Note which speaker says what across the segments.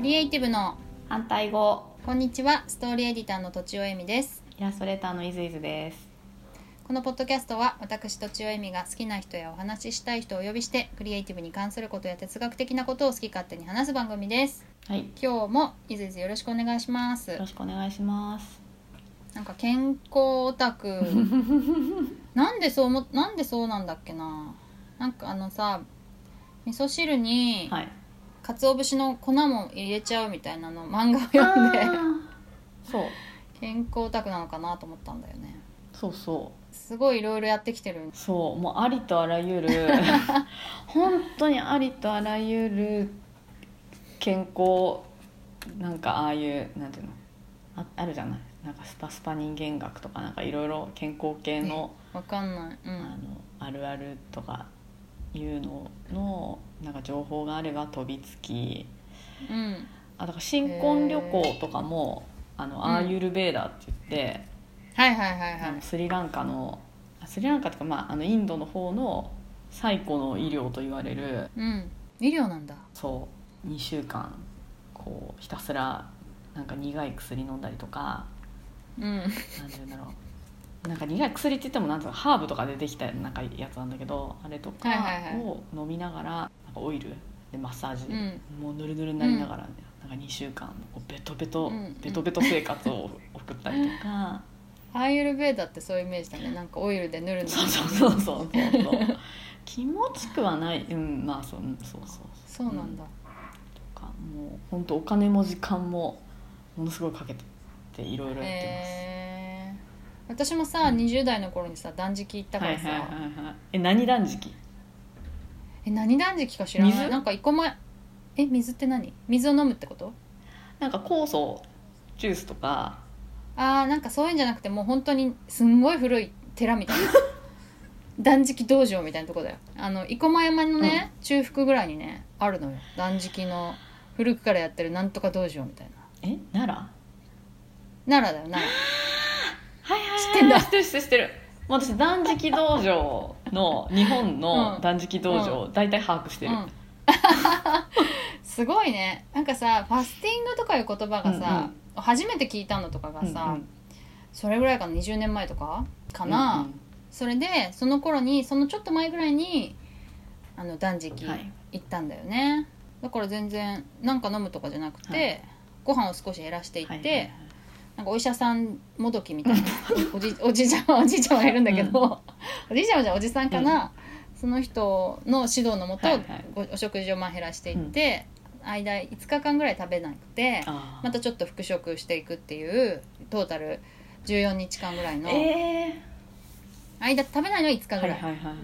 Speaker 1: リエイティブの
Speaker 2: 反対語
Speaker 1: こんにちはストーリーエディターのとちおえみです
Speaker 2: イラストレーターのイズイズです
Speaker 1: このポッドキャストは私とちおえみが好きな人やお話ししたい人をお呼びしてクリエイティブに関することや哲学的なことを好き勝手に話す番組です
Speaker 2: はいよ
Speaker 1: 今日もいずいずよろしくお願いします
Speaker 2: ろしくお願いします
Speaker 1: なんか健康オタ クなんでそうもなんでそうなんだっけななんかあのさ味噌汁に
Speaker 2: はい
Speaker 1: 鰹節の粉も入れちゃうみたいなの漫画を読んで
Speaker 2: そう
Speaker 1: 健康オタクなのかなと思ったんだよね
Speaker 2: そうそ
Speaker 1: すごいいろいろやってきてる
Speaker 2: うそうもうありとあら ゆる本当にありとあらゆる健康なんかああいうなんていうのああるじゃないなんかスパスパ人間学とかなんかいろいろ健康系の
Speaker 1: わかんない、う
Speaker 2: あ
Speaker 1: ん、
Speaker 2: のあるあるとかいうののなんか情報があれば飛びつき
Speaker 1: うん
Speaker 2: あだから新婚旅行とかもあのアーユルベーダーって言って、
Speaker 1: はいはいはいは
Speaker 2: あ
Speaker 1: い
Speaker 2: のスリランカのあスリランカとか、まあ、あのインドの方の最古の医療と言われる
Speaker 1: うん医療なんだ
Speaker 2: そう2週間こうひたすらなんか苦い薬飲んだりとか
Speaker 1: うん
Speaker 2: なんて言うんだろうなんか苦い薬って言ってもなんていうのハーブとかでできたなんかやつなんだけどあれとか
Speaker 1: はいはいはい
Speaker 2: を飲みながらなんかオイルでマッサージ、
Speaker 1: うん
Speaker 2: もうぬるぬるになりながら、なんか2週間こうベトベト、
Speaker 1: うん
Speaker 2: ベトベト生活を送ったり とか、
Speaker 1: アーユルベーダーってそういうイメージだねなんかオイルで塗るの
Speaker 2: そうそうそうそうそうそう気持ちくはないうんまあそううんそうそう
Speaker 1: そうなんだ、
Speaker 2: とかもう本当お金も時間もものすごいかけてっていろいろやってます。
Speaker 1: えー、私もさ、20代の頃にさ断食行ったか
Speaker 2: はい
Speaker 1: ら
Speaker 2: はい
Speaker 1: さ、
Speaker 2: はいはい、え何断食
Speaker 1: え何断食か知らない
Speaker 2: 水
Speaker 1: なんか一個前え水って何水を飲むってこと
Speaker 2: なんか酵素ジュースとか
Speaker 1: あーなんかそういうんじゃなくてもう本当にすんごい古い寺みたい な断食道場みたいなとこだよあの生駒山のね、中腹ぐらいにねあるのよ断食の古くからやってるなんとか道場みたい
Speaker 2: え奈良は
Speaker 1: な奈良だよ奈
Speaker 2: いはい、はい、
Speaker 1: 知ってんだ
Speaker 2: 知ってる知ってる知ってるもう私断食道場の日本
Speaker 1: う
Speaker 2: の
Speaker 1: ん
Speaker 2: 断食道場、大体把握してる、
Speaker 1: 良、うん、 すごいねなんかさファスティングとかいう言葉がさ、初めて聞いたのとかがさ、それぐらいかな20年前とかかな、それでその頃にそのちょっと前ぐらいにあの断食
Speaker 2: はい
Speaker 1: 行ったんだよね、だから全然なんか飲むとかじゃなくて、
Speaker 2: はい
Speaker 1: ご飯を少し減らしていって、
Speaker 2: はいはいはい
Speaker 1: なんかお医者さんもどきみたいなおじおじいちゃんおじいちゃんがいるんだけど、おじいちゃんはじゃあおじさんかな、その人の指導のもと、
Speaker 2: はいはい
Speaker 1: ごお食事をまあ減らしていって、間5日間ぐらい食べなくて
Speaker 2: あー
Speaker 1: またちょっと復食していくっていうトータル14日間ぐらいの、
Speaker 2: え
Speaker 1: 間食べないのは5日ぐ
Speaker 2: ー、
Speaker 1: らい、
Speaker 2: はいはいはいはい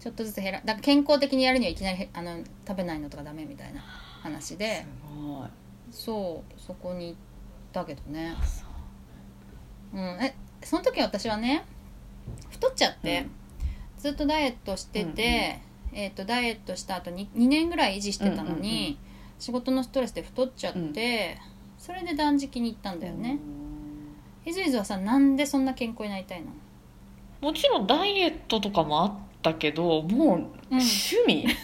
Speaker 1: ちょっとずつ減らだから健康的にやるにはいきなりへあの食べないのとかダメみたいな話です
Speaker 2: ごい
Speaker 1: そうそこに行ったけどね、
Speaker 2: あそう
Speaker 1: うん、えその時私はね太っちゃって、ずっとダイエットしてて、えー、とダイエットした後に2年ぐらい維持してたのに、
Speaker 2: うんうんうん
Speaker 1: 仕事のストレスで太っちゃって、
Speaker 2: うん
Speaker 1: それで断食に行ったんだよね、
Speaker 2: うん
Speaker 1: いずいずはさなんでそんな健康になりたいの
Speaker 2: もちろんダイエットとかもあったけど
Speaker 1: う
Speaker 2: もう
Speaker 1: ん
Speaker 2: 趣味、もう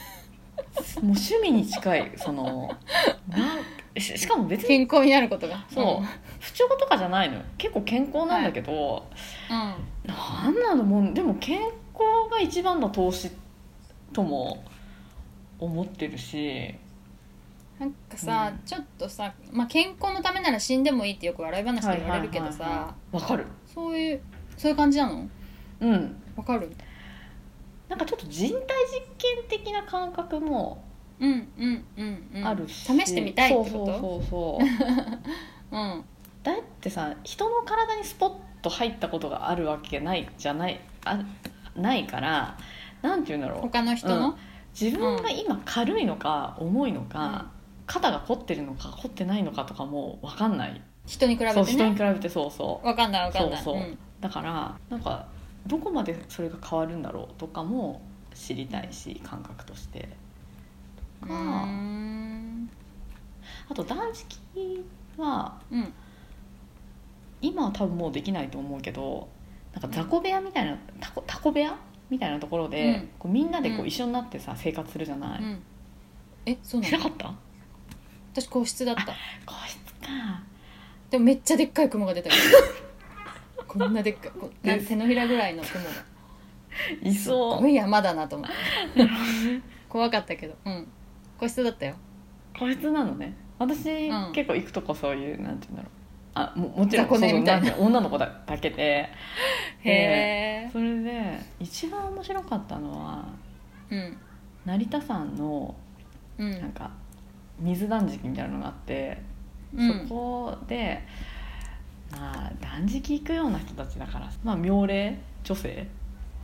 Speaker 2: 趣味に近いそのなんししかも別 に
Speaker 1: 健康になることが
Speaker 2: そう、不調とかじゃないのよ結構健康なんだけど、
Speaker 1: うん、
Speaker 2: なんなのもうでも健康が一番の投資とも思ってるし
Speaker 1: なんかさ、
Speaker 2: うん
Speaker 1: ちょっとさ、まあ、健康のためなら死んでもいいってよく笑い話で言われるけどさ、
Speaker 2: はいはいはいわかる
Speaker 1: そういうそういう感じなの
Speaker 2: うん
Speaker 1: わかる
Speaker 2: なんかちょっと人体実験的な感覚も
Speaker 1: うんうんうんうん
Speaker 2: あるし、
Speaker 1: 試してみたいってこと
Speaker 2: そうそうそうそう
Speaker 1: うん
Speaker 2: だってさ人の体にスポッと入ったことがあるわけないじゃないあないからなんて言うんだろう
Speaker 1: 他の人の、
Speaker 2: 自分が今軽いのか重いのか、肩が凝ってるのか凝ってないのかとかも分かんない、
Speaker 1: 人に比べ
Speaker 2: そう
Speaker 1: て
Speaker 2: 人に
Speaker 1: ね
Speaker 2: 比べてそうそう
Speaker 1: わかんないわかんない
Speaker 2: そうそうんだからなんかどこまでそれが変わるんだろうとかも知りたいし感覚として
Speaker 1: う
Speaker 2: か
Speaker 1: ーん
Speaker 2: あと断食は
Speaker 1: うん
Speaker 2: 今は多分もうできないと思うけどなんか雑魚部屋みたいなタコタコ部屋みたいなところで、
Speaker 1: うん
Speaker 2: こうみんなで
Speaker 1: う
Speaker 2: こうん一緒になってさ生活するじゃない、
Speaker 1: うんえそうな
Speaker 2: しな
Speaker 1: の
Speaker 2: かった
Speaker 1: 私個室だった
Speaker 2: 個室か
Speaker 1: でもめっちゃでっかい雲が出 たよこんなでっかいこなん手のひらぐらいの雲が
Speaker 2: い
Speaker 1: す
Speaker 2: そ
Speaker 1: ご
Speaker 2: う
Speaker 1: い山だなと思って怖かったけどうん個室だったよ
Speaker 2: 個室なのね私、
Speaker 1: うん
Speaker 2: 結構行くとこそういうなんて言うんだろうあももちろん
Speaker 1: 雑魚
Speaker 2: そう
Speaker 1: 寝
Speaker 2: そう
Speaker 1: みたいな
Speaker 2: 男女女の子だだけで
Speaker 1: へえ
Speaker 2: それで一番面白かったのは
Speaker 1: うん
Speaker 2: 成田山の
Speaker 1: う
Speaker 2: なん
Speaker 1: ん
Speaker 2: か水断食みたいなのがあって、
Speaker 1: うん
Speaker 2: そこでまあ断食行くような人たちだから、まあ、妙齢女性、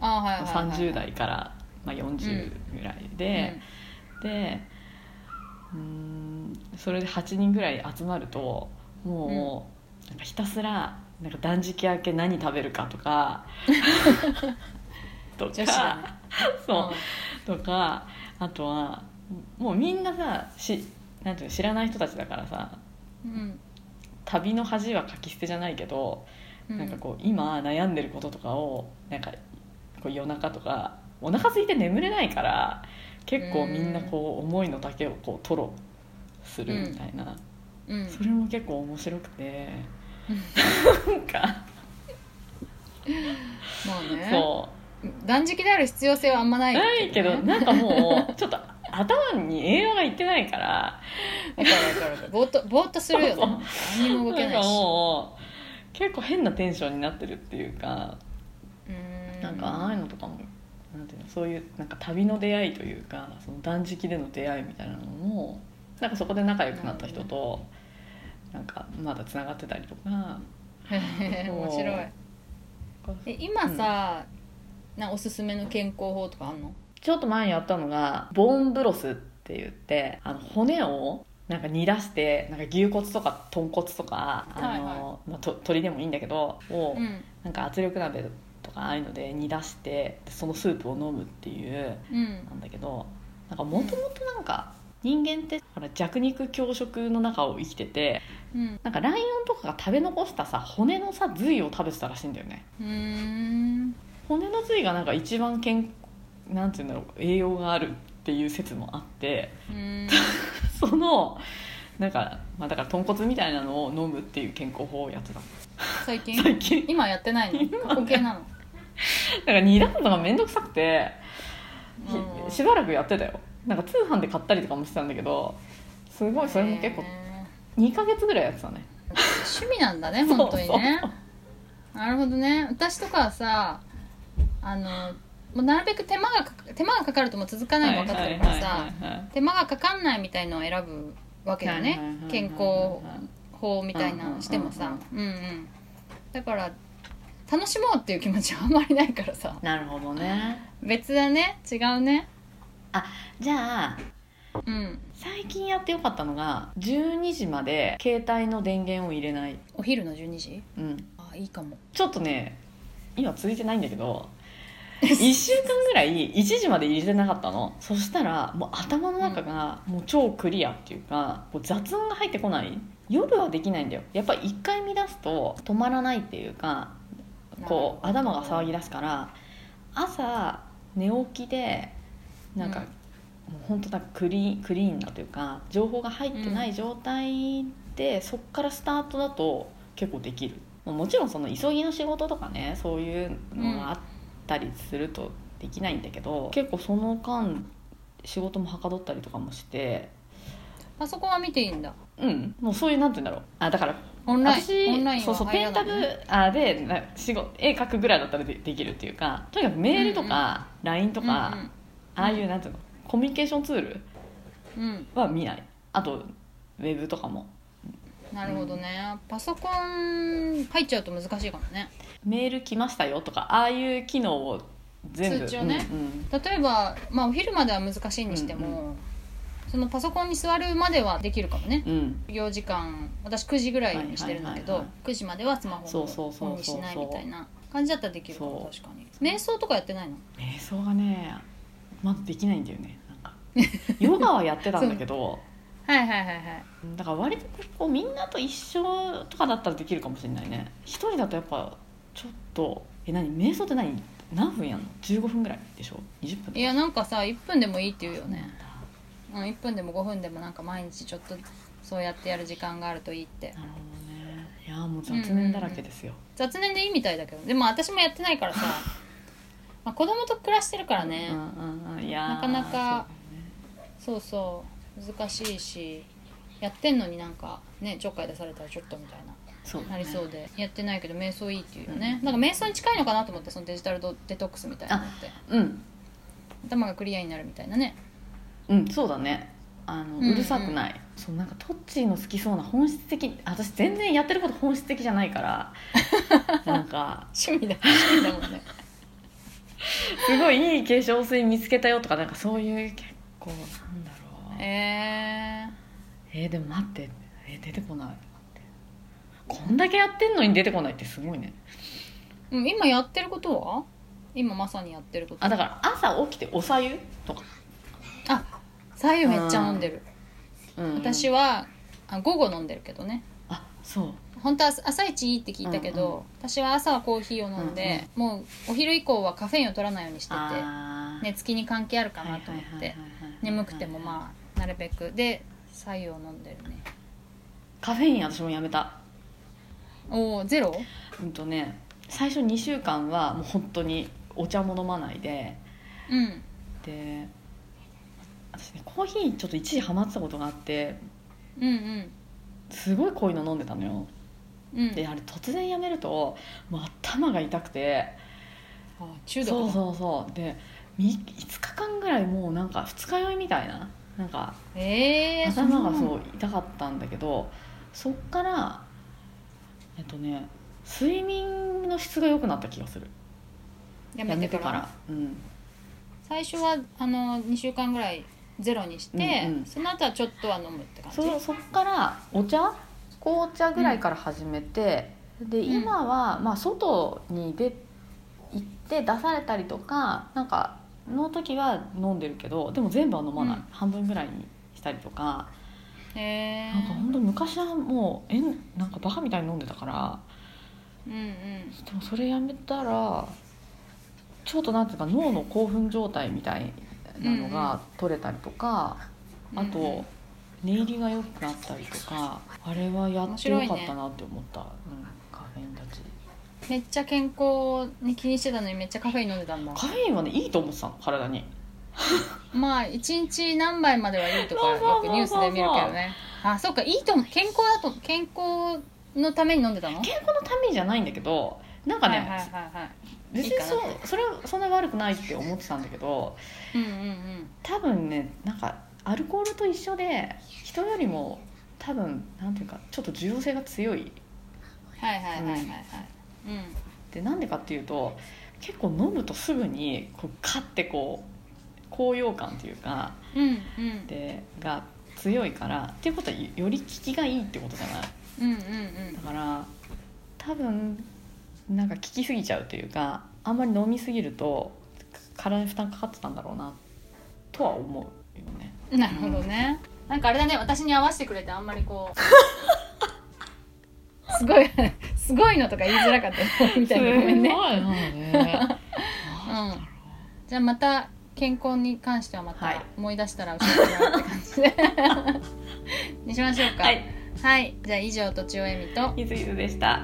Speaker 1: あはいはいはい、はい、
Speaker 2: 30代から、まあ、40ぐらいで、でうーんそれで8人ぐらい集まるともう、なんかひたすらなんか断食明け何食べるか とかと
Speaker 1: うん、女子だ
Speaker 2: か、
Speaker 1: ね
Speaker 2: そう、とかあとはもうみんなさしなんていうの知らない人たちだからさ
Speaker 1: うん
Speaker 2: 旅の恥は書き捨てじゃないけど、
Speaker 1: うん
Speaker 2: なんかこう今悩んでることとかをなんかこう夜中とかお腹空いて眠れないから結構みんなこう思いの丈をこう吐露するみたいな、
Speaker 1: うん、うん
Speaker 2: それも結構面白 くて、なんか
Speaker 1: まあね
Speaker 2: そう。
Speaker 1: 断食である必要性はあんまない
Speaker 2: ないけど
Speaker 1: ね
Speaker 2: なんかもうちょっと頭に栄養がいってないから
Speaker 1: わかるわかるわかるぼーっとぼーっとするよね
Speaker 2: そう
Speaker 1: 何にも動け
Speaker 2: なん
Speaker 1: な
Speaker 2: か
Speaker 1: いし
Speaker 2: もう結構変なテンションになってるっていうか、
Speaker 1: うーん
Speaker 2: なんかああいうのとかもなんていうのそういうなんか旅の出会いというかその断食での出会いみたいなのもなんかそこで仲良くなった人と、なんかまだつながってたりとかなん
Speaker 1: へへへ 面白い
Speaker 2: か
Speaker 1: え今さ、なおすすめの健康法とかあんの
Speaker 2: ちょっと前にやったのがボーンブロスって言ってあの骨をなんか煮出してなんか牛骨とか豚骨とかあの、
Speaker 1: はいは
Speaker 2: まあ、と鶏でもいいんだけどを、
Speaker 1: うん
Speaker 2: なんか圧力鍋とかああいうので煮出してそのスープを飲むっていう
Speaker 1: うん
Speaker 2: なんだけどなんかもともとなんか人間ってほら弱肉強食の中を生きてて
Speaker 1: うん
Speaker 2: なんかライオンとかが食べ残したさ骨のさ髄を食べてたらしいんだよね
Speaker 1: うーん
Speaker 2: 骨の髄がなんか一番健なんていうんだろう栄養があるっていう説もあって
Speaker 1: うーん
Speaker 2: そのなんかまあだから豚骨みたいなのを飲むっていう健康法をやってたの
Speaker 1: 最近
Speaker 2: 最近
Speaker 1: 今やってないの過去形 なの
Speaker 2: なんか煮出すのが面倒くさくて
Speaker 1: うん
Speaker 2: しばらくやってたよなんか通販で買ったりとかもしてたんだけどすごいそれも結構
Speaker 1: へ
Speaker 2: 2ヶ月ぐらいやってたね
Speaker 1: ー趣味なんだね
Speaker 2: そう
Speaker 1: 本当にねなるほどね私とかはさあのもうなるべく手間がかか手間がかかるともう続かないの分かってるからさ、
Speaker 2: はいはいはいはい
Speaker 1: 手間がかかんないみたいのを選ぶわけだ
Speaker 2: はいはいはい
Speaker 1: ね
Speaker 2: はい
Speaker 1: 健康法みたいなのしてもさうんうんだから楽しもうっていう気持ちはあんまりないからさ
Speaker 2: なるほどね
Speaker 1: 別だね違うね
Speaker 2: じゃあ
Speaker 1: うん
Speaker 2: 最近やってよかったのが12時まで携帯の電源を入れない、
Speaker 1: お昼の12時
Speaker 2: うん、
Speaker 1: あいいかも
Speaker 2: ちょっとね今続いてないんだけど1週間ぐらい1時まで入れてなかったのそしたらもう頭の中がもう超クリアっていうかもう雑音が入ってこない夜はできないんだよやっぱり一回見出すと止まらないっていうかこう
Speaker 1: なるほ
Speaker 2: 頭
Speaker 1: ど
Speaker 2: が騒ぎ出すから朝寝起きでなんか、
Speaker 1: うん
Speaker 2: もう本当なんかクリーンクリーンなというか情報が入ってない状態で、そこからスタートだと結構できるまあもちろんその急ぎの仕事とかねそういうのがあったりするとできないんだけど、結構その間仕事もはかどったりとかもして
Speaker 1: パソコンは見ていいんだ
Speaker 2: うんもうそういうなんて言うんだろうあだから
Speaker 1: オンライ
Speaker 2: 私
Speaker 1: ンオンライン
Speaker 2: そう
Speaker 1: は
Speaker 2: そう
Speaker 1: 入
Speaker 2: ペ
Speaker 1: ら
Speaker 2: ンタ
Speaker 1: ない
Speaker 2: ブ
Speaker 1: ね
Speaker 2: あでな仕事絵描くぐらいだったらでできるっていうかとにかくメールとか LINE とか、ああいうなんていうのコミュニケーションツール
Speaker 1: うんうんうん
Speaker 2: は見ないあとウェブとかも
Speaker 1: なるほどねパソコン入っちゃうと難しいかもね
Speaker 2: メール来ましたよとかああいう機能を全部
Speaker 1: 通知をね
Speaker 2: うんうん
Speaker 1: 例えばまあお昼までは難しいにしてもそのパソコンに座るまではできるかもね
Speaker 2: うん
Speaker 1: 授業時間私9時ぐらいにしてるんだけど、
Speaker 2: はいはいはい
Speaker 1: 9時まではスマホ
Speaker 2: そ
Speaker 1: を
Speaker 2: うそうそうそう
Speaker 1: オンにしないみたいな感じだったらできるかも
Speaker 2: そ
Speaker 1: 確かに瞑想とかやってないの
Speaker 2: 瞑想がねまだできないんだよねなん かヨガはやってたんだけど
Speaker 1: はいはいはいはい
Speaker 2: だから割とこうみんなと一緒とかだったらできるかもしれないね一人だとやっぱちょっとえ何瞑想って何何分やんの15分ぐらいでしょ20分
Speaker 1: いやなんかさ1分でもいいって言うよね、うん、1分でも5分でもなんか毎日ちょっとそうやってやる時間があるといいって
Speaker 2: なるほどねいやーもう雑念だらけですよ、
Speaker 1: 雑念でいいみたいだけどでも私もやってない からさまあ子供と暮らしてるからね、
Speaker 2: うんうんうんいやー
Speaker 1: なかなかそうそう難しいしやってんのになんかねちょっかい出されたらちょっとみたいな
Speaker 2: そうだね
Speaker 1: なりそう
Speaker 2: だね
Speaker 1: でやってないけど瞑想いいっていうよね、
Speaker 2: うん
Speaker 1: なんか瞑想に近いのかなと思ってそのデジタルドデトックスみたいなのって
Speaker 2: うん
Speaker 1: 頭がクリアになるみたいなね
Speaker 2: うんそうだねあの
Speaker 1: んうん
Speaker 2: うるさくない、そうなんかトッチーの好きそうな本質的私全然やってること本質的じゃないから なんか
Speaker 1: 趣味だ 趣味だもんね
Speaker 2: すごいいい化粧水見つけたよとかなんかそういう結構なんだろう
Speaker 1: え
Speaker 2: えー、でも待って、えー出てこない待ってこんだけやってんのに出てこないってすごいね
Speaker 1: ーうん、今やってることは今まさにやってること
Speaker 2: あだから朝起きておさゆとか、
Speaker 1: あ左右めっちゃ飲んでる、
Speaker 2: うん
Speaker 1: 私はあ午後飲んでるけどね
Speaker 2: あそう
Speaker 1: 本当は朝一いいって聞いたけど、
Speaker 2: うんう
Speaker 1: 私は朝はコーヒーを飲んで、もうお昼以降はカフェインを取らないようにしてて
Speaker 2: あー
Speaker 1: 寝つきに関係あるかなと思って、
Speaker 2: はいはいはいはいはい
Speaker 1: 眠くてもまあなるべくで白湯を飲んでるね
Speaker 2: カフェイン私もやめた
Speaker 1: おおゼロ
Speaker 2: うんとね最初2週間はもう本当にお茶も飲まないで
Speaker 1: うん
Speaker 2: で私ねコーヒーにちょっと一時ハマってたことがあって
Speaker 1: うんうん
Speaker 2: すごい濃いの飲んでたのよ
Speaker 1: うん
Speaker 2: であれ突然やめるともう頭が痛くて
Speaker 1: あ中
Speaker 2: そ
Speaker 1: 毒
Speaker 2: う
Speaker 1: だ
Speaker 2: そうそうでみ5日間ぐらいもうなんか二日酔いみたいななんか
Speaker 1: ええー、
Speaker 2: 頭が
Speaker 1: んな
Speaker 2: そ
Speaker 1: の
Speaker 2: う痛かったんだけどそっからえっとね睡眠の質が良くなった気がする
Speaker 1: やめてから
Speaker 2: うん
Speaker 1: 最初はあの2週間ぐらいゼロにして、
Speaker 2: うんうん
Speaker 1: その後はちょっとは飲むって感じ
Speaker 2: そそっからお茶紅茶ぐらいから始めて、で
Speaker 1: ん
Speaker 2: 今は、まあ、外に出行って出されたりとかなんかの時は飲んでるけどでも全部は飲まない、
Speaker 1: うん
Speaker 2: 半分ぐらいにしたりとか、
Speaker 1: へえ
Speaker 2: なんか本当昔はもうえんなんかバカみたいに飲んでたから
Speaker 1: うんうん
Speaker 2: でもそれやめたらちょっとなんていうか脳の興奮状態みたいなのが取れたりとか、
Speaker 1: うん
Speaker 2: あと寝入りが良くなったりとかあれはやってよかったなって思った、うん、カフェイン立ち
Speaker 1: めっちゃ健康に気にしてたのにめっちゃカフェイン飲んでたんだ
Speaker 2: カフェインはねいいと思ってたの体に
Speaker 1: まあ一日何杯まではいいとか
Speaker 2: そうそうそう
Speaker 1: よくニュースで見るけどねあそうかいいと思う健康だと健康のために飲んでたの
Speaker 2: 健康のためじゃないんだけどなんか
Speaker 1: は
Speaker 2: ね、
Speaker 1: いはいはいはい
Speaker 2: 別
Speaker 1: いい
Speaker 2: に
Speaker 1: かな
Speaker 2: そうそれそんな悪くないって思ってたんだけど
Speaker 1: うんうんうん
Speaker 2: 多分ねなんかアルコールと一緒で人よりも多分なんていうかちょっと重要性が強い
Speaker 1: はいはいはいはいはいうん
Speaker 2: でなんでかっていうと結構飲むとすぐにこうカッてこう高揚感というか
Speaker 1: うんうん
Speaker 2: でが強いからっていうことはより効きがいいってことじゃない
Speaker 1: うんうん
Speaker 2: だから多分なんか効きすぎちゃうというかあんまり飲みすぎると体に負担かかってたんだろうなとは思うよね
Speaker 1: うんなるほどねなんかあれだね私に合わせてくれてあんまりこ うすごいすごいのとか言いづらかったみたいなごめんね
Speaker 2: すごいなね
Speaker 1: うんじゃあまた健康に関してはま
Speaker 2: はい
Speaker 1: た思い出したら教えてもらうって感じで にしましょうか
Speaker 2: はい、
Speaker 1: はい、じゃあ以上とちおえみと
Speaker 2: ゆずゆずでした